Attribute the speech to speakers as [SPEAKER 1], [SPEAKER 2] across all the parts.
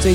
[SPEAKER 1] 最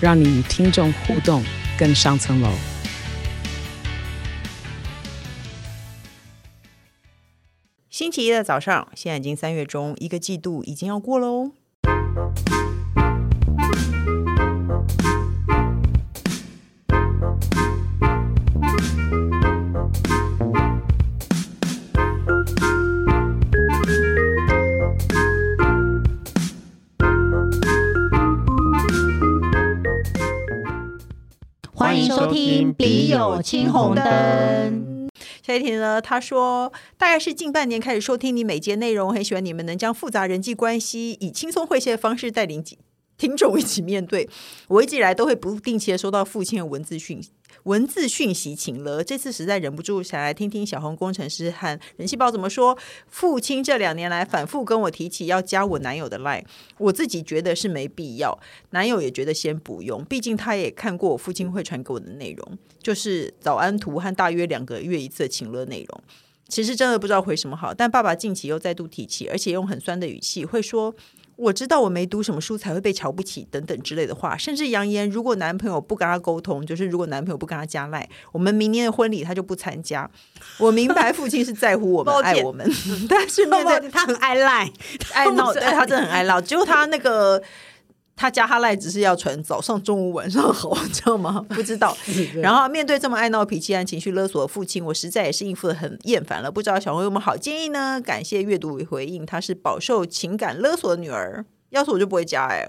[SPEAKER 1] 让你与听众互动更上层楼。
[SPEAKER 2] 星期一的早上，现在已经三月中，一个季度已经要过喽。
[SPEAKER 3] 欢迎收听《笔友青红灯》。
[SPEAKER 2] 下一题呢？他说，大概是近半年开始收听你每节内容，很喜欢你们能将复杂人际关系以轻松诙谐的方式带领几听众一起面对。 我一直以来都会不定期的收到父亲的文字讯文字讯息请了，这次实在忍不住想来听听小红工程师和人气宝怎么说。父亲这两年来反复跟我提起要加我男友的 line，我自己觉得是没必要，男友也觉得先不用，毕竟他也看过我父亲会传给我的内容，就是早安图和大约两个月一次的请了内容。其实真的不知道回什么好，但爸爸近期又再度提起，而且用很酸的语气会说。我知道我没读什么书才会被瞧不起等等之类的话，甚至扬言如果男朋友不跟他沟通，就是如果男朋友不跟他加赖，我们明年的婚礼他就不参加。我明白父亲是在乎我们、
[SPEAKER 4] 抱歉
[SPEAKER 2] 爱我们， 但是面对
[SPEAKER 4] 他很爱赖，
[SPEAKER 2] 爱 闹，
[SPEAKER 4] 不
[SPEAKER 2] 对
[SPEAKER 4] 是
[SPEAKER 2] 他真的很爱闹。结果他那个他加哈赖只是要传早上、中午、晚上好， 知道吗？不知 道。然后面 对这么爱闹脾气和情绪勒索的父亲，我实在也是应付的很厌烦了。不知道小红有没有好建议呢？感谢阅读与回应，她是饱受情感勒索的女儿。要是我就不会加哎、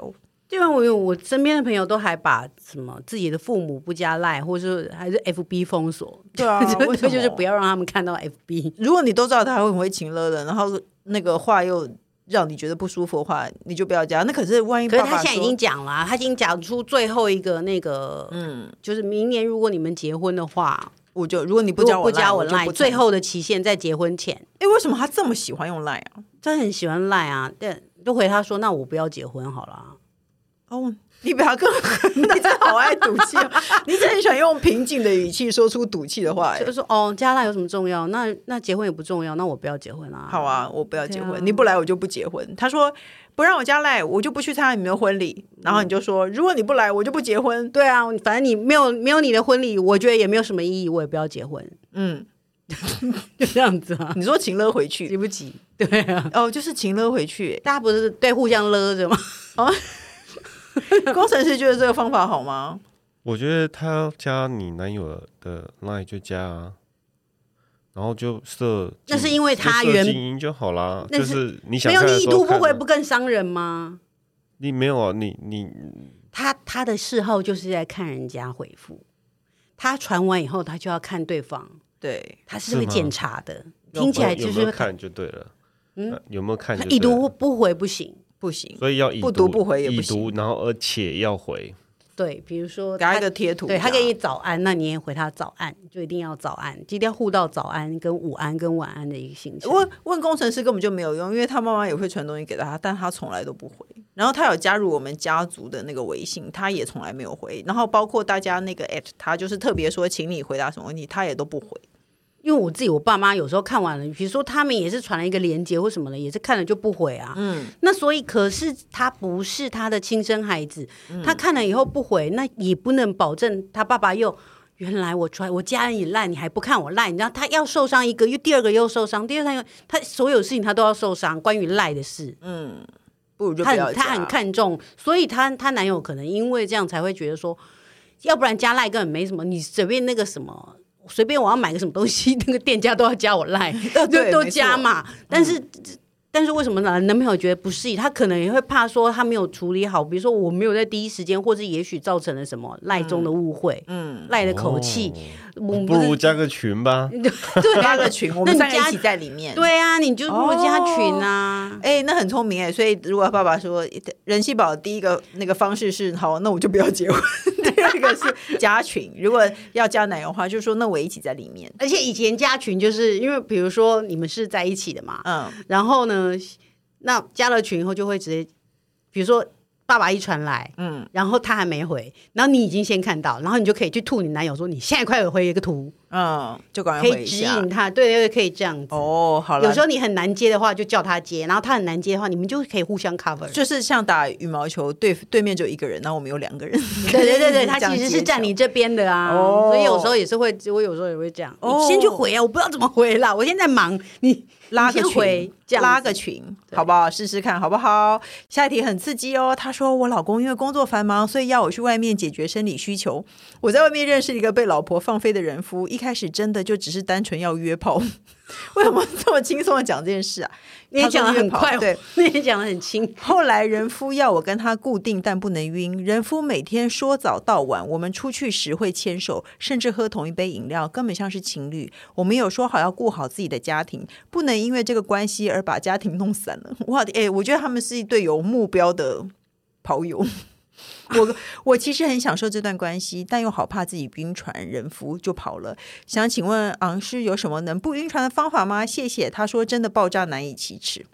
[SPEAKER 4] 因为我有我身边的朋友都还把什么自己的父母不加赖，或者是还是 FB 封锁，
[SPEAKER 2] 对啊
[SPEAKER 4] 就
[SPEAKER 2] 为什么
[SPEAKER 4] 就是不要让他们看到 FB。
[SPEAKER 2] 如果你都知道他会很会情勒的，然后那个话又让你觉得不舒服的话，你就不要加。那可是万一
[SPEAKER 4] 可
[SPEAKER 2] 爸
[SPEAKER 4] 是
[SPEAKER 2] 爸
[SPEAKER 4] 他现在已
[SPEAKER 2] 说
[SPEAKER 4] 经讲了啊、他已经讲出最后一个那个，嗯，就是明年如果你们结婚的话，
[SPEAKER 2] 我就如果你不
[SPEAKER 4] 如
[SPEAKER 2] 加
[SPEAKER 4] 果
[SPEAKER 2] 我
[SPEAKER 4] 不加我
[SPEAKER 2] 赖，就
[SPEAKER 4] 赖，
[SPEAKER 2] 不
[SPEAKER 4] 最
[SPEAKER 2] 参
[SPEAKER 4] 后的期限在结婚前。
[SPEAKER 2] 哎、为什么他这么喜欢用赖啊？
[SPEAKER 4] 他很喜欢赖啊，但就回他说：“那我不要结婚好了啊。
[SPEAKER 2] 哦，你比他更狠， 你真的好爱赌气、 哦，你真的很喜欢用平静的语气说出赌气的话、哎
[SPEAKER 4] 就说：“哦，加赖有什么重要？那那结婚也不重要，那我不要结婚啊。”
[SPEAKER 2] 好，啊，我不要结婚，
[SPEAKER 4] 对啊
[SPEAKER 2] 你不来我就不结婚。他说不让我加赖，我就不去参加你们的婚礼。
[SPEAKER 4] 嗯
[SPEAKER 2] 然后你就说，如果你不来，我就不结婚。
[SPEAKER 4] 对啊，反正你没有没有你的婚礼，我觉得也没有什么意义，我也不要结婚，
[SPEAKER 2] 嗯，
[SPEAKER 4] 就这样子 啊，
[SPEAKER 2] 你说情勒回
[SPEAKER 4] 急
[SPEAKER 2] 去，
[SPEAKER 4] 不急？对啊，
[SPEAKER 2] 哦，就是情勒回去、
[SPEAKER 4] 大家不是对互相勒着吗？
[SPEAKER 2] 哎工程师觉得这个方法好吗？
[SPEAKER 5] 我觉得他加你男友的 line 就加啊，然后就设
[SPEAKER 4] 那是
[SPEAKER 5] 静
[SPEAKER 4] 因为
[SPEAKER 5] 就
[SPEAKER 4] 他
[SPEAKER 5] 设
[SPEAKER 4] 原
[SPEAKER 5] 静音就好啦，
[SPEAKER 4] 那
[SPEAKER 5] 就是是你想
[SPEAKER 4] 没有
[SPEAKER 5] 看的
[SPEAKER 4] 你已
[SPEAKER 5] 时候
[SPEAKER 4] 读不
[SPEAKER 5] 看
[SPEAKER 4] 回，
[SPEAKER 5] 啊
[SPEAKER 4] 不更伤人吗？
[SPEAKER 5] 你没有啊，你你
[SPEAKER 4] 他他的嗜好就是在看人家回复，他传完以后，他就要看对方，
[SPEAKER 2] 对，
[SPEAKER 4] 他是
[SPEAKER 5] 是
[SPEAKER 4] 会
[SPEAKER 5] 吗
[SPEAKER 4] 检查的。
[SPEAKER 5] 要
[SPEAKER 4] 听起
[SPEAKER 5] 不
[SPEAKER 4] 来
[SPEAKER 5] 有
[SPEAKER 4] 就
[SPEAKER 5] 没
[SPEAKER 4] 是
[SPEAKER 5] 有
[SPEAKER 4] 会
[SPEAKER 5] 看就对了，嗯，有没有看
[SPEAKER 4] 他
[SPEAKER 5] 就
[SPEAKER 4] 已
[SPEAKER 5] 对了
[SPEAKER 4] 读不回不行。
[SPEAKER 2] 不行，
[SPEAKER 5] 所以要已
[SPEAKER 2] 不
[SPEAKER 5] 读
[SPEAKER 2] 读不回也
[SPEAKER 5] 已
[SPEAKER 2] 不行
[SPEAKER 5] 读，然后而且要回，
[SPEAKER 4] 对，比如说
[SPEAKER 2] 给他一个贴图这
[SPEAKER 4] 对
[SPEAKER 2] 样，
[SPEAKER 4] 他给你早安，那你也回他早安，就一定要早安，一定要互道早安跟午安跟晚安的一个行程。
[SPEAKER 2] 问问工程师根本就没有用，因为他妈妈也会传东西给他，但他从来都不回。然后他有加入我们家族的那个微信，他也从来没有回。然后包括大家那个
[SPEAKER 4] 嗯
[SPEAKER 2] at 他，就是特别说请你回答什么问题，他也都不回。
[SPEAKER 4] 因为我自己我爸妈有时候看完了，比如说他们也是传了一个链接或什么的，也是看了就不回啊。嗯，那所以可是他不是他的亲生孩子，他看了以后不回，那也不能保证他爸爸又。原来我传我家人也烂，你还不看我赖，你知道他要受伤一个，又第二个又受伤，第二个又他所有事情他都要受伤，关于赖的事。
[SPEAKER 2] 不如就不
[SPEAKER 4] 他
[SPEAKER 2] 要
[SPEAKER 4] 很
[SPEAKER 2] 加
[SPEAKER 4] 他很看重，所以她她男友可能因为这样才会觉得说，要不然加赖根本没什么，你随便那个什么，随便我要买个什么东西， 那个店家都要加我赖，
[SPEAKER 2] 呃
[SPEAKER 4] 就
[SPEAKER 2] 对
[SPEAKER 4] 都
[SPEAKER 2] 没错嗯
[SPEAKER 4] 加嘛。但是、但是为什么男男朋友觉得不适宜？他可能也会怕说他没有处理好，比如说我没有在第一时间，或是也许造成了什么赖中的误会，嗯，赖的口气，
[SPEAKER 2] 哦
[SPEAKER 4] 我们
[SPEAKER 5] 哦不
[SPEAKER 4] 是
[SPEAKER 5] 如加个群吧。
[SPEAKER 4] 对
[SPEAKER 2] 加
[SPEAKER 4] 啊
[SPEAKER 2] 个群，我
[SPEAKER 4] 那
[SPEAKER 2] 们
[SPEAKER 4] 你
[SPEAKER 2] 三个
[SPEAKER 4] 加
[SPEAKER 2] 一起在里面。。
[SPEAKER 4] 对啊，你就不如加群
[SPEAKER 2] 哦
[SPEAKER 4] 啊。
[SPEAKER 2] 哎、那很聪明哎、呃所以如果爸爸说人气宝第一个那个方式是好，那我就不要结婚。第二 二个是加群，如果要加奶油的话，就说那我一起在里面。
[SPEAKER 4] 而且以前加群就是因为，比如说你们是在一起的嘛，
[SPEAKER 2] 嗯，
[SPEAKER 4] 然后呢，那加了群以后就会直接，比如说爸爸一传来，
[SPEAKER 2] 嗯
[SPEAKER 4] 嗯，然后他还没回，然后你已经先看到，然后你就可以去吐你男友说你现在快回一个图，
[SPEAKER 2] 嗯，就赶
[SPEAKER 4] 可
[SPEAKER 2] 快回
[SPEAKER 4] 以
[SPEAKER 2] 一
[SPEAKER 4] 指
[SPEAKER 2] 下。
[SPEAKER 4] 引他，对对对，可以这样子。
[SPEAKER 2] 哦，好了，
[SPEAKER 4] 有时候你很难接的话，就叫他接；然后他很难接的话，你们就可以互相 cover。
[SPEAKER 2] 就是像打羽毛球，对对面只有一个人，然后我们有两个 人。
[SPEAKER 4] 对对对对，他
[SPEAKER 2] 这样
[SPEAKER 4] 其实
[SPEAKER 2] 接
[SPEAKER 4] 是站
[SPEAKER 2] 球
[SPEAKER 4] 你这边的啊，
[SPEAKER 2] 哦
[SPEAKER 4] 所以有时候也是会，我有时候也会这样，
[SPEAKER 2] 哦
[SPEAKER 4] 你先去回啊，我不知道怎么回啦，我现在忙，你
[SPEAKER 2] 拉个
[SPEAKER 4] 你先回
[SPEAKER 2] 群，
[SPEAKER 4] 这样子
[SPEAKER 2] 拉个群，好不好？试试看，好不好？下一题很刺激哦。他说：“我老公因为工作繁忙，所以要我去外面解决生理需求。我在外面认识一个被老婆放飞的人夫，一开始真的就只是单纯要约炮。 为什么这么轻松的讲这件事啊？
[SPEAKER 4] 你也讲的很
[SPEAKER 2] 他
[SPEAKER 4] 快，
[SPEAKER 2] 说约炮对。，
[SPEAKER 4] 你也讲的很轻，
[SPEAKER 2] 后来人夫要我跟他固定，但不能晕。人夫每天说早到晚，我们出去时会牵手，甚至喝同一杯饮料，根本像是情侣。我们有说好要顾好自己的家庭，不能因为这个关系而把家庭弄散了。 哇，哎、我觉得他们是一对有目标的跑友。 我我其实很享受这段关系，但又好怕自己晕船，人夫就跑了。想请问昂师有什么能不晕船的方法吗？谢谢。他说真的爆炸难以启齿。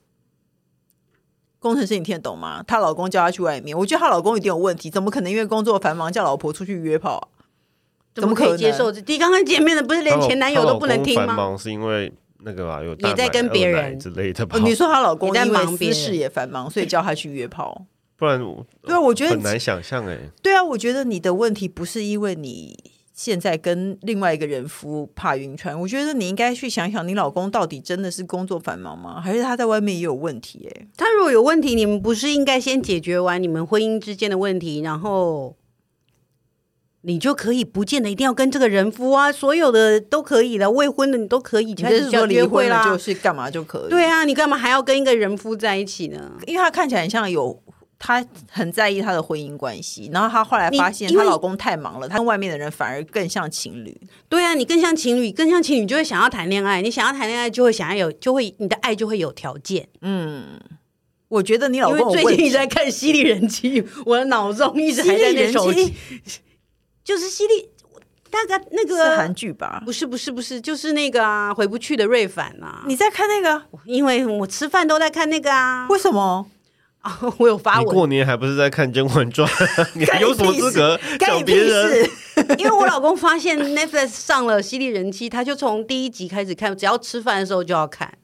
[SPEAKER 2] 工程师，你听得懂吗？她老公叫她去外面，我觉得她老公一定有问题，怎么可能因为工作繁忙叫老婆出去约炮啊、怎么
[SPEAKER 4] 怎么
[SPEAKER 2] 可
[SPEAKER 4] 可
[SPEAKER 2] 能
[SPEAKER 4] 以接受这？你刚刚见面的不是连前男友都不能听
[SPEAKER 5] 她老公繁
[SPEAKER 4] 吗？
[SPEAKER 5] 忙是因为那个吧，有大
[SPEAKER 4] 也在
[SPEAKER 5] 奶
[SPEAKER 4] 跟别
[SPEAKER 5] 二奶
[SPEAKER 4] 人
[SPEAKER 5] 之类的吧
[SPEAKER 2] 哦？你说她老公
[SPEAKER 4] 你在
[SPEAKER 2] 因为
[SPEAKER 4] 忙别
[SPEAKER 2] 私
[SPEAKER 4] 人
[SPEAKER 2] 事也繁忙，所以叫她去约炮？
[SPEAKER 5] 不然我
[SPEAKER 2] 对啊，我觉
[SPEAKER 5] 很
[SPEAKER 2] 得
[SPEAKER 5] 难想象哎。
[SPEAKER 2] 对啊，我觉得你的问题不是因为你现在跟另外一个人夫怕晕船，我觉得你应该去想想，你老公到底真的是工作繁忙吗？还是他在外面也有问题、欸？
[SPEAKER 4] 他如果有问题，你们不是应该先解决完你们婚姻之间的问题，然后你就可以不见得一定要跟这个人夫啊，所有的都可以的，未婚的你都可以，
[SPEAKER 2] 你
[SPEAKER 4] 开始叫
[SPEAKER 2] 离
[SPEAKER 4] 约会
[SPEAKER 2] 婚了
[SPEAKER 4] 啦，
[SPEAKER 2] 就是干嘛就可以？
[SPEAKER 4] 对啊，你干嘛还要跟一个人夫在一起呢？
[SPEAKER 2] 因为她看起来很像有，她很在意她的婚姻关系，然后她后来发现
[SPEAKER 4] 你因
[SPEAKER 2] 她
[SPEAKER 4] 为
[SPEAKER 2] 老公太忙了，她跟外面的人反而更像情侣。
[SPEAKER 4] 对啊，你更像情侣，更像情侣就会想要谈恋爱，你想要谈恋爱就会想要有，就会你的爱就会有条件。
[SPEAKER 2] 我觉得你老
[SPEAKER 4] 因
[SPEAKER 2] 公有
[SPEAKER 4] 为最
[SPEAKER 2] 问
[SPEAKER 4] 近
[SPEAKER 2] 题
[SPEAKER 4] 一直在看《犀利人妻》，我的脑中一直还在那手机，就是犀利，大概那
[SPEAKER 2] 是韩
[SPEAKER 4] 个
[SPEAKER 2] 剧吧？
[SPEAKER 4] 不是不是不是，就是那个啊，回不去的瑞凡啊。
[SPEAKER 2] 你在看那个？
[SPEAKER 4] 因为我吃饭都在看那个啊，
[SPEAKER 2] 为什么？
[SPEAKER 4] 我我有发
[SPEAKER 5] 你
[SPEAKER 4] 文，
[SPEAKER 5] 过年还不是在看《甄嬛传》？ 你还有什么资格
[SPEAKER 2] 干你
[SPEAKER 5] 讲
[SPEAKER 2] 屁
[SPEAKER 5] 别人
[SPEAKER 2] 事？？
[SPEAKER 4] 因为我老公发现 Netflix 上了《犀利人妻》，他就从第一集开始看，只要吃饭的时候就要看。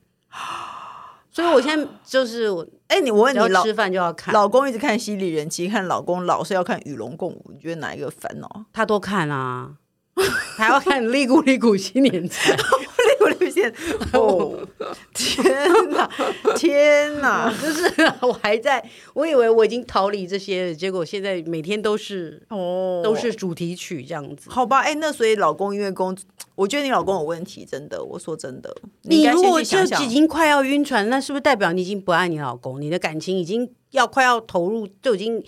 [SPEAKER 4] 所以我现在就是我
[SPEAKER 2] 哎、你我问
[SPEAKER 4] 只
[SPEAKER 2] 你
[SPEAKER 4] 要
[SPEAKER 2] 老
[SPEAKER 4] 吃饭就要看，
[SPEAKER 2] 老公一直看《犀利人妻》，看老公老是要看《与龙共舞》，你觉得哪一个烦 恼？
[SPEAKER 4] 他都看啊， 还要看《利古利古新年菜》。
[SPEAKER 2] 我流 线哦！天哪，天哪！
[SPEAKER 4] 就是我还在，我以为我已经逃离这些了，结果现在每天都是
[SPEAKER 2] 哦
[SPEAKER 4] 都是主题曲这样子。
[SPEAKER 2] 好吧，哎、那所以老公因为工，我觉得你老公有问题，真的，我说真的，应
[SPEAKER 4] 你
[SPEAKER 2] 该
[SPEAKER 4] 如
[SPEAKER 2] 先
[SPEAKER 4] 果
[SPEAKER 2] 去
[SPEAKER 4] 就
[SPEAKER 2] 想想
[SPEAKER 4] 已。经快要晕船，那是不是代表你已经不爱你老公？你的感情已经要快要投入，就已经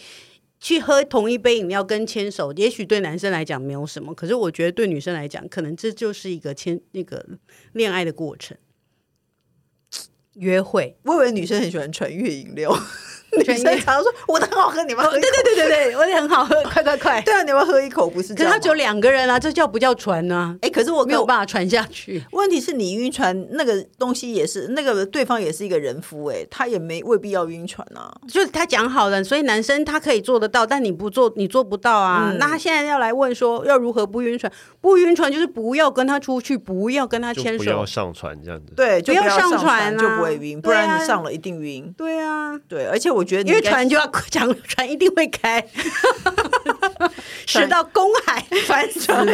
[SPEAKER 4] 去喝同一杯饮料跟牵手，也许对男生来讲没有什么，可是我觉得对女生来讲，可能这就是一个牵那个恋爱的过程，约会。
[SPEAKER 2] 我以为女生很喜欢穿越饮料， 女
[SPEAKER 4] 穿
[SPEAKER 2] 生
[SPEAKER 4] 越哦
[SPEAKER 2] 常常说我的很好喝，你们喝一口。对
[SPEAKER 4] 对对对，我也很好喝，快快快！
[SPEAKER 2] 对啊，你们喝一口不是这
[SPEAKER 4] 可是
[SPEAKER 2] 样吗？
[SPEAKER 4] 他只有两个人啊，这叫不叫船呢、
[SPEAKER 2] 哎、可是我
[SPEAKER 4] 没有
[SPEAKER 2] 办
[SPEAKER 4] 办法传下去。
[SPEAKER 2] 问题是你晕船那个东西也是那个对方也是一个人夫、哎，他也没未必要晕船啊。
[SPEAKER 4] 就是他讲好了，所以男生他可以做得到，但你不做，你做不到啊。那他现在要来问说，要如何不晕船？不晕船就是不要跟他出去，不要跟他
[SPEAKER 5] 就
[SPEAKER 4] 牵
[SPEAKER 5] 不
[SPEAKER 4] 手。
[SPEAKER 5] 要上船这样子。
[SPEAKER 2] 对，就
[SPEAKER 4] 不要
[SPEAKER 2] 上
[SPEAKER 4] 上船啊
[SPEAKER 2] 就不会晕，不
[SPEAKER 4] 对啊
[SPEAKER 2] 然你上了一定晕。
[SPEAKER 4] 对啊，
[SPEAKER 2] 对，而且我觉得你
[SPEAKER 4] 因为
[SPEAKER 2] 应该
[SPEAKER 4] 船 就要讲，船一定会开， 驶到公海，烦死了。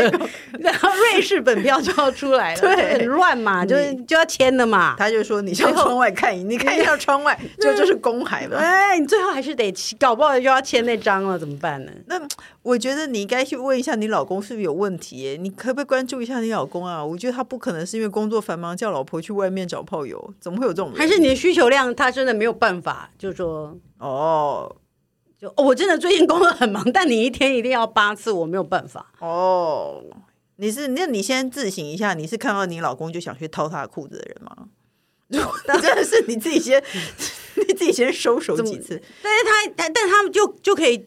[SPEAKER 4] 然后瑞士本票就要出 来了，
[SPEAKER 2] 对
[SPEAKER 4] 很乱嘛，就是就要签的嘛。
[SPEAKER 2] 他就说你向窗外看一，你看一下窗外，就就是公海吧。
[SPEAKER 4] 哎，你最后还是得搞不好就要签那张了，怎么办呢？
[SPEAKER 2] 那我觉得你应该去问一下你老公是不是有问题耶？你可不可以关注一下你老公啊？我觉得他不可能是因为工作繁忙叫老婆去外面找炮友，怎么会有这种人？
[SPEAKER 4] 还是你的需求量，他真的没有办法，就说
[SPEAKER 2] 哦
[SPEAKER 4] 就、哦我真的最近工作很忙，但你一天一定要八次，我没有办法。
[SPEAKER 2] 哦，你是那你先自省一下，你是看到你老公就想去掏他的裤子的人吗？如 果你真的是你自己先，你自己先收手几次，
[SPEAKER 4] 但是他，但但他们就就可以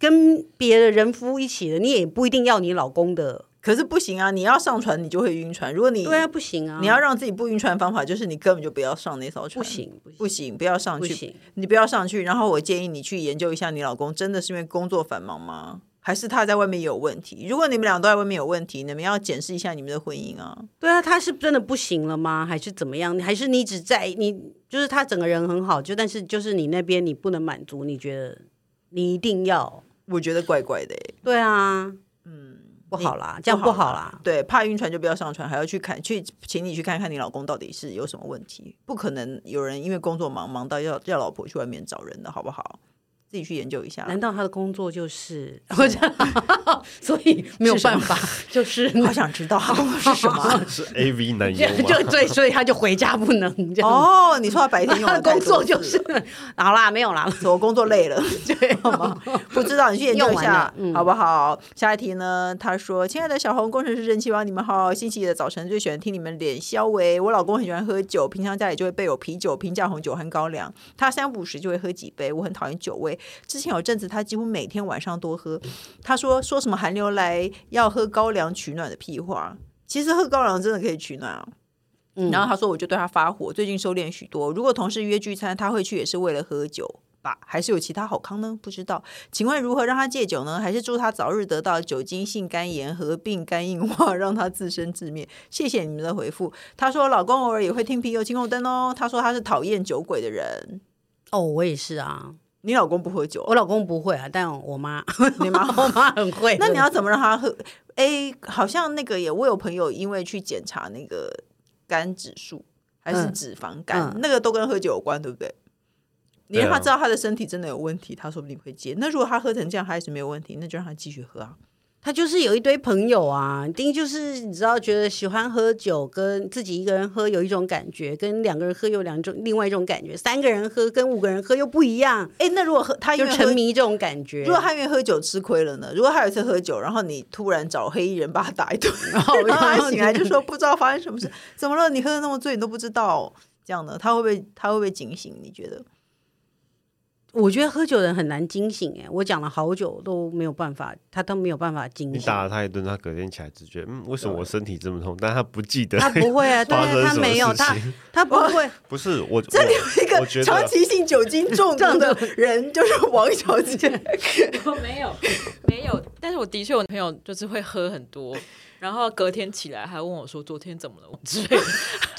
[SPEAKER 4] 跟别的人夫一起的，你也不一定要你老公的。
[SPEAKER 2] 可是不行啊，你要上船你就会晕船。如果你
[SPEAKER 4] 对啊，不行啊，
[SPEAKER 2] 你要让自己不晕船，方法就是你根本就不要上那艘船。
[SPEAKER 4] 不行不行
[SPEAKER 2] 不行，不要上
[SPEAKER 4] 不
[SPEAKER 2] 去
[SPEAKER 4] 行，
[SPEAKER 2] 你不要上去。然后我建议你去研究一下，你老公真的是因为工作繁忙吗？还是他在外面也有问题？如果你们俩都在外面有问题，你们要检视一下你们的婚姻啊。
[SPEAKER 4] 对啊，他是真的不行了吗？还是怎么样？还是你只在你就是他整个人很好，就但是就是你那边你不能满足，你觉得你一定要
[SPEAKER 2] 我觉得怪怪的欸、
[SPEAKER 4] 对啊，嗯，不好啦，这样不好啦。
[SPEAKER 2] 对，怕晕船就不要上船，还要去看去，请你去看看你老公到底是有什么问题。不可能有人因为工作忙忙到要要老婆去外面找人的，好不好？自己去研究一下。
[SPEAKER 4] 难道他的工作就是我这样， 所以没有办法， 就是
[SPEAKER 2] 好想知道是什么？
[SPEAKER 5] 是 A V 男优
[SPEAKER 4] 就
[SPEAKER 5] 吗？
[SPEAKER 4] 就对，所以他就回家不能这样。
[SPEAKER 2] 哦，你说他白天用
[SPEAKER 4] 他
[SPEAKER 2] 了
[SPEAKER 4] 的工
[SPEAKER 2] 太
[SPEAKER 4] 作
[SPEAKER 2] 多
[SPEAKER 4] 就
[SPEAKER 2] 次
[SPEAKER 4] 是
[SPEAKER 2] 了
[SPEAKER 4] 好啦，没有啦，
[SPEAKER 2] 我工作累了， 对吗？不知道你去研究一
[SPEAKER 4] 用完
[SPEAKER 2] 下
[SPEAKER 4] 了，嗯
[SPEAKER 2] 好不好？下一题呢？他说：“亲爱的小红工程师人气王，你们好！星期一的早晨最喜欢听你们脸消维。我老公很喜欢喝酒，平常家里就会备有啤酒、平价红酒和高粱。他三不五时就会喝几杯，我很讨厌酒味。之前有阵子他几乎每天晚上都喝。他说说什么寒流来要喝高粱取暖的屁话，其实喝高粱真的可以取暖啊。”
[SPEAKER 4] 嗯
[SPEAKER 2] 然后他说我就对他发火，最近收敛许多。如果同事约聚餐，他会去也是为了喝酒吧？还是有其他好康呢？不知道。请问如何让他戒酒呢？还是祝他早日得到酒精性肝炎合并肝硬化， 让他自生自灭？谢谢你们的回复。他说老公偶尔也会听啤酒青红灯哦。他说他是讨厌酒鬼的人。
[SPEAKER 4] 哦，我也是啊，
[SPEAKER 2] 你老公不喝酒
[SPEAKER 4] 我，老公不会啊，但我 妈，
[SPEAKER 2] 你妈
[SPEAKER 4] 我妈很会。
[SPEAKER 2] 那你要怎么让他喝？哎，好像那个也，我有朋友因为去检查那个肝指数还是
[SPEAKER 4] 嗯
[SPEAKER 2] 脂肪肝，
[SPEAKER 4] 嗯
[SPEAKER 2] 那个都跟喝酒有关，对不对？你
[SPEAKER 5] 对啊
[SPEAKER 2] 让他知道他的身体真的有问题，他说不定会戒。那如果他喝成这样，他还是没有问题，那就让他继续喝啊。
[SPEAKER 4] 他就是有一堆朋友啊，一定就是你知道，觉得喜欢喝酒，跟自己一个人喝有一种感觉，跟两个人喝有两种另外一种感觉，三个人喝跟五个人喝又不一样，
[SPEAKER 2] 哎，那如果喝他因
[SPEAKER 4] 就
[SPEAKER 2] 为喝
[SPEAKER 4] 沉，迷这种感觉。
[SPEAKER 2] 如果他因为喝酒吃亏了呢？如果他有一次喝酒，然后你突然找黑衣人把他打一顿，然
[SPEAKER 4] 哦
[SPEAKER 2] 后他醒来就说不知道发生什么事，怎么了？你喝的那么醉，你都不知道。这样呢，他会不会他会不会警醒？你觉得？
[SPEAKER 4] 我觉得喝酒的人很难惊醒、哎，我讲了好久都没有办法，他都没有办法惊
[SPEAKER 5] 你
[SPEAKER 4] 醒。
[SPEAKER 5] 打了他一顿，他隔天起来只觉得，嗯，为什么我身体这么痛？但他不记得，
[SPEAKER 4] 他不会 啊，对
[SPEAKER 5] 发生
[SPEAKER 4] 啊，他
[SPEAKER 5] 什么
[SPEAKER 4] 没有，
[SPEAKER 5] 事
[SPEAKER 4] 他
[SPEAKER 5] 情
[SPEAKER 4] 他不会，
[SPEAKER 5] 不是我，
[SPEAKER 2] 这里
[SPEAKER 5] 我
[SPEAKER 2] 有一
[SPEAKER 5] 我觉
[SPEAKER 2] 个
[SPEAKER 5] 得
[SPEAKER 2] 长期性酒精中 毒的人，就是王小姐。
[SPEAKER 6] 我哦没有，没有，但是我的确，我朋友就是会喝很多，然后隔天起来还问我说昨天怎么了之类的。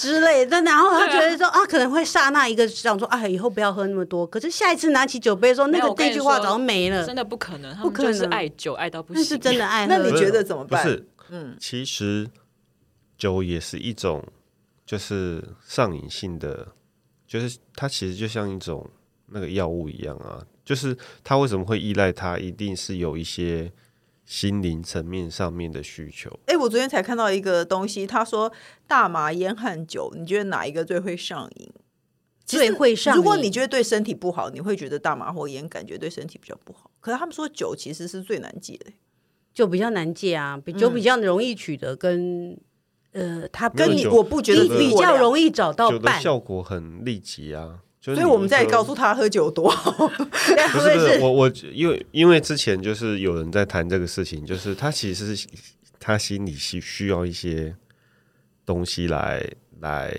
[SPEAKER 4] 之类的，然后他觉得说啊可能会刹那一个想说啊，以后不要喝那么多。可是下一次拿起酒杯的时候，那
[SPEAKER 6] 没有
[SPEAKER 4] 个
[SPEAKER 6] 我跟
[SPEAKER 4] 这
[SPEAKER 6] 你
[SPEAKER 4] 句话
[SPEAKER 6] 说
[SPEAKER 4] 早就没了
[SPEAKER 6] 真。的不可能，他
[SPEAKER 4] 嗯不
[SPEAKER 6] 们
[SPEAKER 4] 可
[SPEAKER 6] 就是
[SPEAKER 4] 能
[SPEAKER 6] 爱酒爱到不
[SPEAKER 4] 那
[SPEAKER 6] 行。
[SPEAKER 4] 是真的爱喝。
[SPEAKER 2] 那你觉得怎么
[SPEAKER 5] 不
[SPEAKER 2] 办？
[SPEAKER 5] 是，嗯，其实酒也是一种，就是上瘾性的，就是它其实就像一种那个药物一样啊，就是它为什么会依赖它，一定是有一些心灵层面上面的需求。
[SPEAKER 2] 哎、我昨天才看到一个东西，他说大麻烟和酒，你觉得哪一个最会上瘾？
[SPEAKER 4] 最会上瘾？
[SPEAKER 2] 如果你觉得对身体不好，你会觉得大麻或烟感觉对身体比较不好。可是他们说酒其实是最难戒的，
[SPEAKER 4] 就比较难戒啊，比酒比较容易取得跟呃，它
[SPEAKER 5] 没
[SPEAKER 2] 跟
[SPEAKER 5] 有
[SPEAKER 4] 跟
[SPEAKER 2] 你
[SPEAKER 5] 酒
[SPEAKER 2] 我不觉得
[SPEAKER 4] 比
[SPEAKER 5] 这
[SPEAKER 2] 是
[SPEAKER 5] 个
[SPEAKER 4] 比
[SPEAKER 2] 过量
[SPEAKER 4] 较，容易找到
[SPEAKER 5] 酒的
[SPEAKER 4] 伴。
[SPEAKER 5] 效果很立即啊，就是
[SPEAKER 2] 哦所以
[SPEAKER 5] 你
[SPEAKER 2] 我们
[SPEAKER 5] 一
[SPEAKER 2] 在
[SPEAKER 5] 喝
[SPEAKER 2] 告诉他喝酒多好。啊
[SPEAKER 5] 不是不是，我我因为因为之前就是有人在谈这个事情，就是他其实是他心里需需要一些东西来来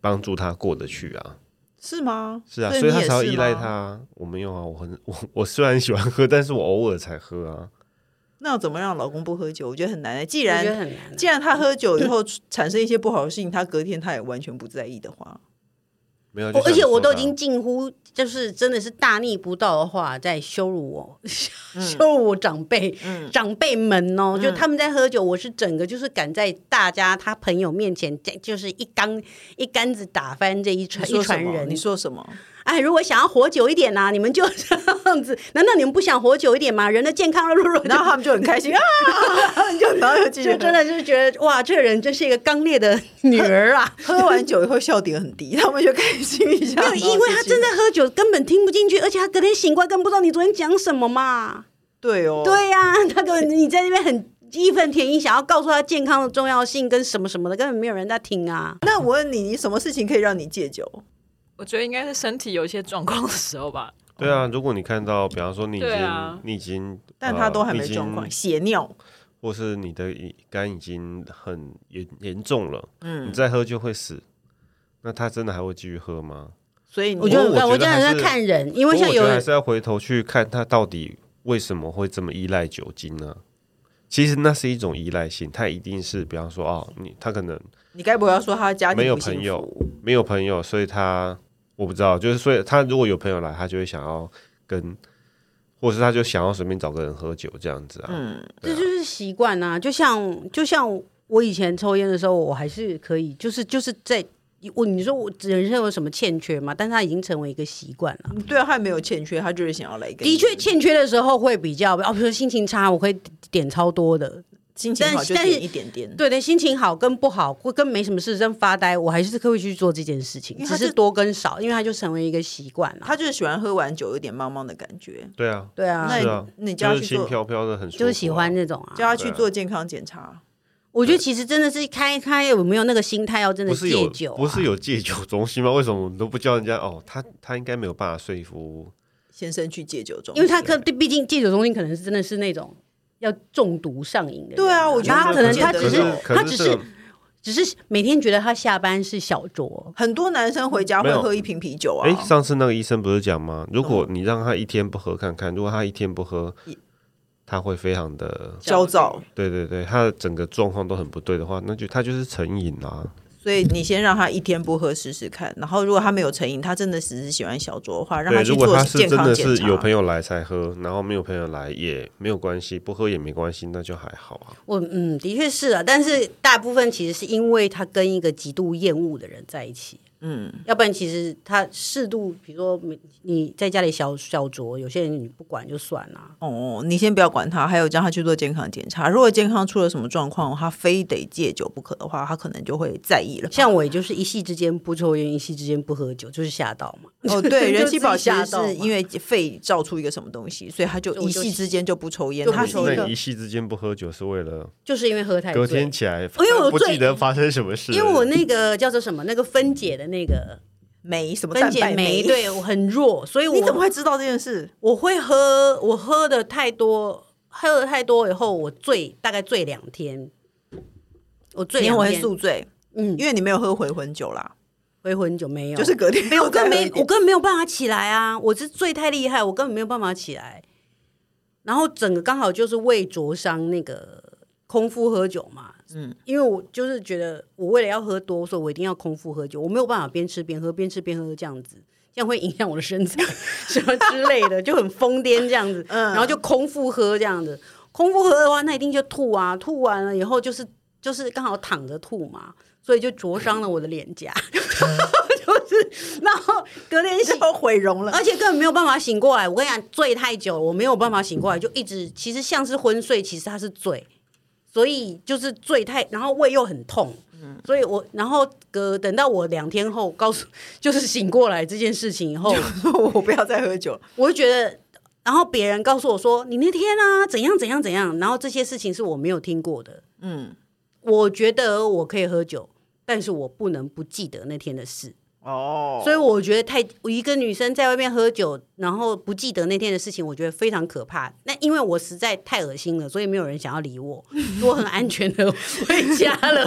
[SPEAKER 5] 帮助他过得去啊，
[SPEAKER 2] 是吗？
[SPEAKER 5] 是啊，所以
[SPEAKER 2] 你
[SPEAKER 5] 他
[SPEAKER 2] 也
[SPEAKER 5] 才要
[SPEAKER 2] 是
[SPEAKER 5] 依赖
[SPEAKER 2] 吗
[SPEAKER 5] 他。啊。我没有啊，我很 我我虽然喜欢喝，但是我偶尔才喝啊。
[SPEAKER 2] 那要怎么让老公不喝酒？我觉得很难欸。既
[SPEAKER 4] 我觉得
[SPEAKER 2] 然
[SPEAKER 4] 很难啊。
[SPEAKER 2] 既然他喝酒以后产生一些不好的事情，他隔天他也完全不在意的话，
[SPEAKER 5] 没
[SPEAKER 2] 哦
[SPEAKER 5] 有，
[SPEAKER 4] 我
[SPEAKER 5] 就
[SPEAKER 4] 而
[SPEAKER 5] 像
[SPEAKER 4] 且
[SPEAKER 5] 你
[SPEAKER 4] 我
[SPEAKER 5] 说
[SPEAKER 4] 都已
[SPEAKER 5] 的啊
[SPEAKER 4] 经近乎就是真的是大逆不道的话在羞辱我，
[SPEAKER 2] 嗯
[SPEAKER 4] 羞辱我长辈、长辈们哦，就他们在喝酒，我是整个就是敢在大家他朋友面前，这就是一缸一竿子打翻这一
[SPEAKER 2] 你
[SPEAKER 4] 船一
[SPEAKER 2] 说什
[SPEAKER 4] 船
[SPEAKER 2] 么？
[SPEAKER 4] 人
[SPEAKER 2] 你。说什么？
[SPEAKER 4] 哎，如果想要活久一点呐、你们就这样子，难道你们不想活久一点吗？人的健康弱弱，
[SPEAKER 2] 然后他们就很开心啊，就然后就继续
[SPEAKER 4] 就
[SPEAKER 2] 喝
[SPEAKER 4] 真的就是觉得哇，这个人真是一个刚烈的女儿啊！
[SPEAKER 2] 喝完酒以后笑点很低，他们就开心一下。
[SPEAKER 4] 没有，因为他真
[SPEAKER 2] 的
[SPEAKER 4] 的喝酒根本听不进去，而且他隔天醒过来更不知道你昨天讲什么嘛。
[SPEAKER 2] 对哦，
[SPEAKER 4] 对呀、 他根本你在那边很义愤填膺，想要告诉他健康的重要性跟什么什么的，根本没有人在听啊。
[SPEAKER 2] 那我问你，你什么事情可以让你戒酒？
[SPEAKER 6] 我觉得应该是身体有一些状况的时候吧，
[SPEAKER 5] 对啊，如果你看到，比方说你已经、
[SPEAKER 6] 对啊
[SPEAKER 5] 你已经，
[SPEAKER 2] 但
[SPEAKER 5] 呃
[SPEAKER 2] 他都还没
[SPEAKER 5] 你已经
[SPEAKER 2] 状况，血尿，
[SPEAKER 5] 或是你的乙肝已经很严严重了，你
[SPEAKER 2] 嗯，
[SPEAKER 5] 再喝就会死。那他真的还会继续喝吗？
[SPEAKER 2] 所以你
[SPEAKER 4] 我觉得
[SPEAKER 5] 我觉得
[SPEAKER 4] 我真的
[SPEAKER 5] 还
[SPEAKER 4] 在
[SPEAKER 5] 是
[SPEAKER 4] 看人，因
[SPEAKER 5] 不
[SPEAKER 4] 为
[SPEAKER 5] 过
[SPEAKER 4] 像
[SPEAKER 5] 我觉
[SPEAKER 4] 有
[SPEAKER 5] 得还是要回头去看他到底为什么会这么依赖酒精呢、其实那是一种依赖性，他一定是，比方说哦，你他可能
[SPEAKER 2] 你该不会要说他家庭
[SPEAKER 5] 没有
[SPEAKER 2] 不幸
[SPEAKER 5] 朋友
[SPEAKER 2] 福
[SPEAKER 5] 没有朋友，所以他我不知道，就是所以他如果有朋友来，他就会想要跟，或是他就想要随便找个人喝酒这样子啊。
[SPEAKER 2] 嗯，
[SPEAKER 5] 对
[SPEAKER 4] 这
[SPEAKER 5] 啊
[SPEAKER 4] 就是习惯啊，就像就像我以前抽烟的时候，我还是可以，就是就是在我你说我人生有什么欠缺嘛？但是它已经成为一个习惯了。
[SPEAKER 2] 对啊，他也没有欠缺，他就是想要来一个，
[SPEAKER 4] 的确，欠缺的时候会比较哦，比如说心情差，我会点超多的。
[SPEAKER 2] 心情好就
[SPEAKER 4] 但是
[SPEAKER 2] 点一点点，
[SPEAKER 4] 对的，心情好跟不好，或跟没什么事真发呆，我还是会去做这件事情
[SPEAKER 2] 因，为它
[SPEAKER 4] 只
[SPEAKER 2] 是
[SPEAKER 4] 是多跟少，因为它就成为一个习惯了。
[SPEAKER 2] 他就是喜欢喝完酒有点茫茫的感觉，
[SPEAKER 5] 对啊，
[SPEAKER 4] 对啊，
[SPEAKER 2] 那
[SPEAKER 5] 是啊，
[SPEAKER 2] 你就
[SPEAKER 5] 就
[SPEAKER 2] 要
[SPEAKER 5] 是
[SPEAKER 2] 去
[SPEAKER 5] 轻
[SPEAKER 2] 做
[SPEAKER 5] 飘飘的很舒服啊，
[SPEAKER 4] 就是喜欢那种
[SPEAKER 2] 叫他
[SPEAKER 4] 啊。
[SPEAKER 2] 去做健康检查。
[SPEAKER 4] 我觉得其实真的是开开有没有那个心态，要真的
[SPEAKER 5] 不是
[SPEAKER 4] 戒
[SPEAKER 5] 有
[SPEAKER 4] 酒啊、
[SPEAKER 5] 不是有戒酒中心吗？为什么我们都不叫人家？哦，他他应该没有办法说服。
[SPEAKER 2] 先生去戒酒中心，
[SPEAKER 4] 因为他可毕竟戒酒中心可能是真的是那种要中毒上瘾的人，
[SPEAKER 2] 对啊我觉得
[SPEAKER 4] 然后
[SPEAKER 2] 他
[SPEAKER 4] 可能
[SPEAKER 2] 不见
[SPEAKER 4] 他
[SPEAKER 2] 得
[SPEAKER 4] 只是
[SPEAKER 2] 有
[SPEAKER 5] 可
[SPEAKER 4] 他
[SPEAKER 5] 是
[SPEAKER 4] 只
[SPEAKER 5] 这个
[SPEAKER 4] 是只是每天觉得他下班是小酌，
[SPEAKER 2] 很多男生回家
[SPEAKER 5] 没
[SPEAKER 2] 会
[SPEAKER 5] 有
[SPEAKER 2] 喝一瓶啤酒啊
[SPEAKER 5] 哎，，上次那个医生不是讲吗？如果你让他一天不喝看看，如果他一天不喝，他会非常的，
[SPEAKER 2] 焦躁。
[SPEAKER 5] 对对对，他的整个状况都很不对的话，那就他就是成瘾啊啦、
[SPEAKER 2] 所以你先让他一天不喝试试看，然后如果他没有成瘾，他真的只是喜欢小酌的话，让
[SPEAKER 5] 对，
[SPEAKER 2] 去
[SPEAKER 5] 如果
[SPEAKER 2] 做
[SPEAKER 5] 他是
[SPEAKER 2] 健
[SPEAKER 5] 真
[SPEAKER 2] 康
[SPEAKER 5] 的
[SPEAKER 2] 检
[SPEAKER 5] 是
[SPEAKER 2] 查。
[SPEAKER 5] 有朋友来才喝，然后没有朋友来也没有关系，不喝也没关系，那就还好啊。
[SPEAKER 4] 我嗯的确是啊，但是大部分其实是因为他跟一个极度厌恶的人在一起，嗯，要不然其实他适度，比如说你你在家里小小酌，有些人你不管就算啊啦、
[SPEAKER 2] 哦，你先不要管他，还有叫他去做健康检查。如果健康出了什么状况，他非得戒酒不可的话，他可能就会在意了吧。
[SPEAKER 4] 像我也就是一夕之间不抽烟，一夕之间不喝酒，就是吓到嘛。
[SPEAKER 2] 哦，对，
[SPEAKER 4] 就
[SPEAKER 2] 人
[SPEAKER 4] 自
[SPEAKER 2] 气
[SPEAKER 4] 己
[SPEAKER 2] 宝其
[SPEAKER 4] 吓
[SPEAKER 2] 实
[SPEAKER 4] 到
[SPEAKER 2] 是
[SPEAKER 4] 嘛
[SPEAKER 2] 因为肺照出一个什么东西，所以他就
[SPEAKER 4] 就
[SPEAKER 2] 一
[SPEAKER 4] 我就
[SPEAKER 2] 夕之间就不抽烟。
[SPEAKER 4] 就不
[SPEAKER 2] 他是一
[SPEAKER 4] 抽
[SPEAKER 5] 那
[SPEAKER 2] 个
[SPEAKER 5] 你一夕之间不喝酒是为了
[SPEAKER 4] 就是因为喝太
[SPEAKER 5] 隔
[SPEAKER 4] 醉，
[SPEAKER 5] 天起来，因
[SPEAKER 4] 为我
[SPEAKER 5] 不
[SPEAKER 4] 醉
[SPEAKER 5] 记得发生什么事了，
[SPEAKER 4] 因为我那个叫做什么那个分解的那个
[SPEAKER 2] 酶什么
[SPEAKER 4] 分
[SPEAKER 2] 蛋
[SPEAKER 4] 解
[SPEAKER 2] 白酶，
[SPEAKER 4] 酶对我很弱，所以我
[SPEAKER 2] 你怎么会知道这件事？
[SPEAKER 4] 我会喝？我喝的太多，喝的太多以后，我醉大概醉两天，我醉
[SPEAKER 2] 你
[SPEAKER 4] 两
[SPEAKER 2] 会
[SPEAKER 4] 天，
[SPEAKER 2] 宿醉，
[SPEAKER 4] 嗯，
[SPEAKER 2] 因为你没有喝回魂酒啦，
[SPEAKER 4] 回魂酒没有，
[SPEAKER 2] 就是隔天
[SPEAKER 4] 我
[SPEAKER 2] 又再喝
[SPEAKER 4] 根本没
[SPEAKER 2] 一
[SPEAKER 4] 我
[SPEAKER 2] 点。
[SPEAKER 4] 根本没有办法起来啊！我是醉太厉害，我根本没有办法起来。然后整个刚好就是胃灼伤那个空腹喝酒嘛，嗯，因为我就是觉得我为了要喝多，所以我一定要空腹喝酒，我没有办法边吃边喝，边吃边喝这样子，这样会影响我的身材 什么之类的，就很疯癫这样子，然后就空腹喝这样子，空腹喝的话，那一定就吐啊，吐完了以后就是就是刚好躺着吐嘛，所以就灼伤了我的脸颊， 就是然后隔天醒
[SPEAKER 2] 都毁容了，
[SPEAKER 4] 而且根本没有办法醒过来。我跟你讲，醉太久了，我没有办法醒过来，就一直其实像是昏睡，其实它是醉，所以就是醉太，然后胃又很痛，所以我然后隔等到我两天后告诉， 就是醒过来这件事情以后，
[SPEAKER 2] 我不要再喝酒了。
[SPEAKER 4] 我就觉得。然后别人告诉我说：“你那天啊，怎样怎样怎样。”然后这些事情是我没有听过的。
[SPEAKER 2] 嗯，
[SPEAKER 4] 我觉得我可以喝酒，但是我不能不记得那天的事。
[SPEAKER 2] 哦，
[SPEAKER 4] 所以我觉得太一个女生在外面喝酒，然后不记得那天的事情，我觉得非常可怕。那因为我实在太恶心了，所以没有人想要理我。我很安全的回家了，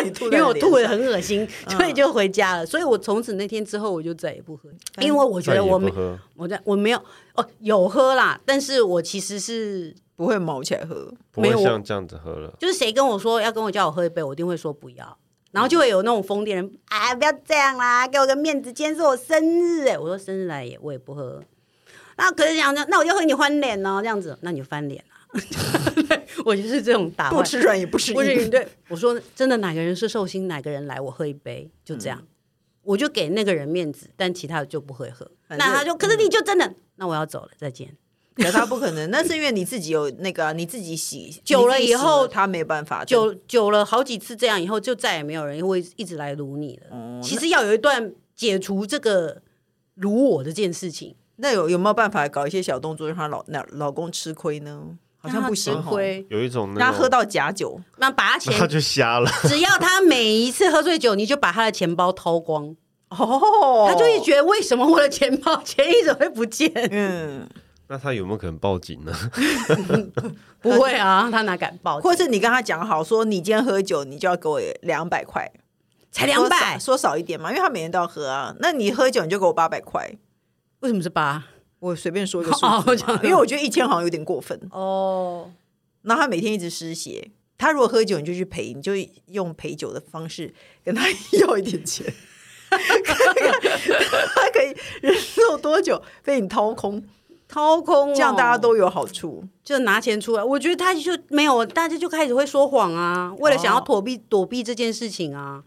[SPEAKER 2] 以你吐
[SPEAKER 4] 因
[SPEAKER 2] 在
[SPEAKER 4] 为我
[SPEAKER 2] 脸
[SPEAKER 4] 吐的很恶心，所以就回家了。所以我从此那天之后，我就再也不喝，
[SPEAKER 2] 但
[SPEAKER 4] 因为我觉
[SPEAKER 5] 再也
[SPEAKER 4] 得我
[SPEAKER 5] 不
[SPEAKER 4] 没
[SPEAKER 5] 喝。
[SPEAKER 4] 我在我没有哦有喝啦，但是我其实是
[SPEAKER 2] 不会毛起来喝。
[SPEAKER 5] 不
[SPEAKER 4] 没
[SPEAKER 5] 会
[SPEAKER 4] 有我
[SPEAKER 5] 像这样子喝了，
[SPEAKER 4] 就是谁跟我说要跟我叫我喝一杯，我一定会说不要。然后就会有那种疯癫人，哎，不要这样啦，给我个面子，今天是我生日哎，我说生日来也我也不喝。那可是讲讲，那我就和你翻脸哦，这样子，那你就翻脸 啊。我就是这种打
[SPEAKER 2] 不
[SPEAKER 4] 扮，
[SPEAKER 2] 吃软也不吃
[SPEAKER 4] 不是
[SPEAKER 2] 硬，
[SPEAKER 4] 对我说真的，哪个人是寿星，哪个人来我喝一杯，就这样，我就给那个人面子，但其他的就不会喝。
[SPEAKER 2] 反
[SPEAKER 4] 那
[SPEAKER 2] 正
[SPEAKER 4] 他就，可是你就真的，那我要走了，再见。
[SPEAKER 2] 可他不可能。那是因为你自己有那个啊、你自己洗
[SPEAKER 4] 久了以后
[SPEAKER 2] 他没办法。
[SPEAKER 4] 久久了好几次这样以后，就再也没有人会一直来撸你了。
[SPEAKER 2] 哦
[SPEAKER 4] 其实要有一段解除这个撸我的这件事情，
[SPEAKER 2] 那有有没有办法搞一些小动作让她老那老公吃亏呢？好像不行
[SPEAKER 4] 让他
[SPEAKER 2] 哦，
[SPEAKER 4] 吃亏，
[SPEAKER 5] 有一种那
[SPEAKER 2] 让他
[SPEAKER 5] 种
[SPEAKER 2] 喝到假酒，
[SPEAKER 4] 那把他
[SPEAKER 5] 那他
[SPEAKER 4] 钱，
[SPEAKER 5] 就瞎了。
[SPEAKER 4] 只要他每一次喝醉酒，你就把他的钱包掏光，
[SPEAKER 2] 哦，
[SPEAKER 4] 他就会觉得为什么我的钱包钱一直会不见？
[SPEAKER 2] 嗯，
[SPEAKER 5] 那他有没有可能报警呢？
[SPEAKER 4] 不会啊，他哪敢报警？
[SPEAKER 2] 或者你跟他讲好，说你今天喝酒，你就要给我两百块，
[SPEAKER 4] 才两
[SPEAKER 2] 说少
[SPEAKER 4] 百？
[SPEAKER 2] 说少一点嘛，因为他每天都要喝啊。那你喝酒你就给我八百块，
[SPEAKER 4] 为什么是八？
[SPEAKER 2] 我随便说一个数字
[SPEAKER 4] 哦
[SPEAKER 2] 嘛、
[SPEAKER 4] 我讲
[SPEAKER 2] 因为我觉得一千好像有点过 分。
[SPEAKER 4] 哦，
[SPEAKER 2] 然后他每天一直失血，他如果喝酒你就去陪，你就用陪酒的方式跟他要一点钱。他可以忍受多久被你掏空，
[SPEAKER 4] 掏空哦、
[SPEAKER 2] 这样大家都有好处。
[SPEAKER 4] 就拿钱出来。我觉得他就没有，大家就开始会说谎
[SPEAKER 2] 哦
[SPEAKER 4] 啊，为了想要躲避、躲避这件事情啊。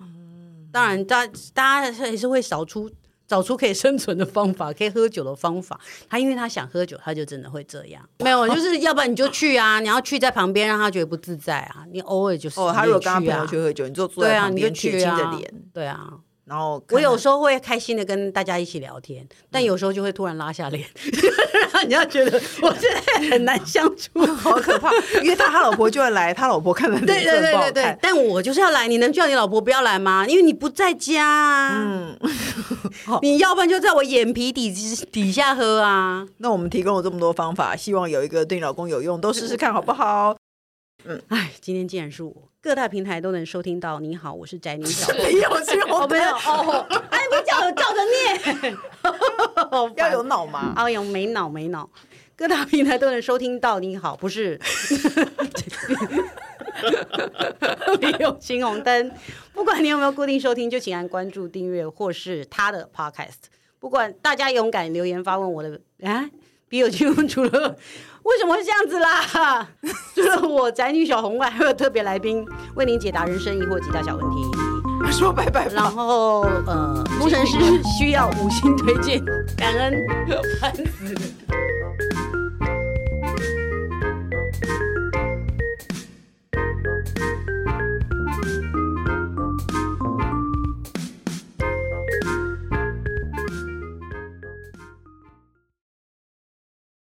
[SPEAKER 4] 当然，大大家还是会找出找出可以生存的方法，可以喝酒的方法。他因为他想喝酒，他就真的会这样。没有，就是要不然你就去 啊，你要去在旁边让他觉得不自在啊。你偶尔就是
[SPEAKER 2] 哦，他如果跟他
[SPEAKER 4] 也
[SPEAKER 2] 朋
[SPEAKER 4] 去啊
[SPEAKER 2] 友去喝酒，你就坐
[SPEAKER 4] 对
[SPEAKER 2] 在
[SPEAKER 4] 啊，
[SPEAKER 2] 旁
[SPEAKER 4] 你就
[SPEAKER 2] 边血
[SPEAKER 4] 去
[SPEAKER 2] 青
[SPEAKER 4] 啊
[SPEAKER 2] 着脸，
[SPEAKER 4] 对啊。
[SPEAKER 2] 然后看
[SPEAKER 4] 我有
[SPEAKER 2] 他
[SPEAKER 4] 时候会开心的跟大家一起聊天，但有时候就会突然拉下脸， 让人家觉得我现在很难相处。
[SPEAKER 2] 好可怕，因为他 他老婆就会来，他老婆看的
[SPEAKER 4] 对
[SPEAKER 2] 脸
[SPEAKER 4] 对
[SPEAKER 2] 色不好
[SPEAKER 4] 对对对
[SPEAKER 2] 看，。
[SPEAKER 4] 但我就是要来，你能叫你老婆不要来吗？因为你不在家啊，
[SPEAKER 2] 嗯，
[SPEAKER 4] 你要不然就在我眼皮底底下喝啊。
[SPEAKER 2] 那我们提供了这么多方法，希望有一个对你老公有用，都试试看好不 好？
[SPEAKER 4] 哎，今天竟然是我，各大平台都能收听到。你好，我是宅女小
[SPEAKER 2] 没 有，是我
[SPEAKER 4] 哦，没
[SPEAKER 2] 们
[SPEAKER 4] 有哦，哎，不叫我照着 念，哦好烦
[SPEAKER 2] 要有脑嘛。
[SPEAKER 4] 哎呦，没脑没脑，各大平台都能收听到。你好，不是？ 没有青红灯，不管你有没有固定收听，就请按关注、订阅或是他的 podcast。不管大家勇敢留言发问我的啊，笔友青除了为什么会这样子啦？ 除了我宅女小红外，还有特别来宾为您解答人生疑惑及大小问题。
[SPEAKER 2] 说拜拜
[SPEAKER 4] 然
[SPEAKER 2] 吧，
[SPEAKER 4] 后呃，工程师需要五星推荐，感恩，烦死了。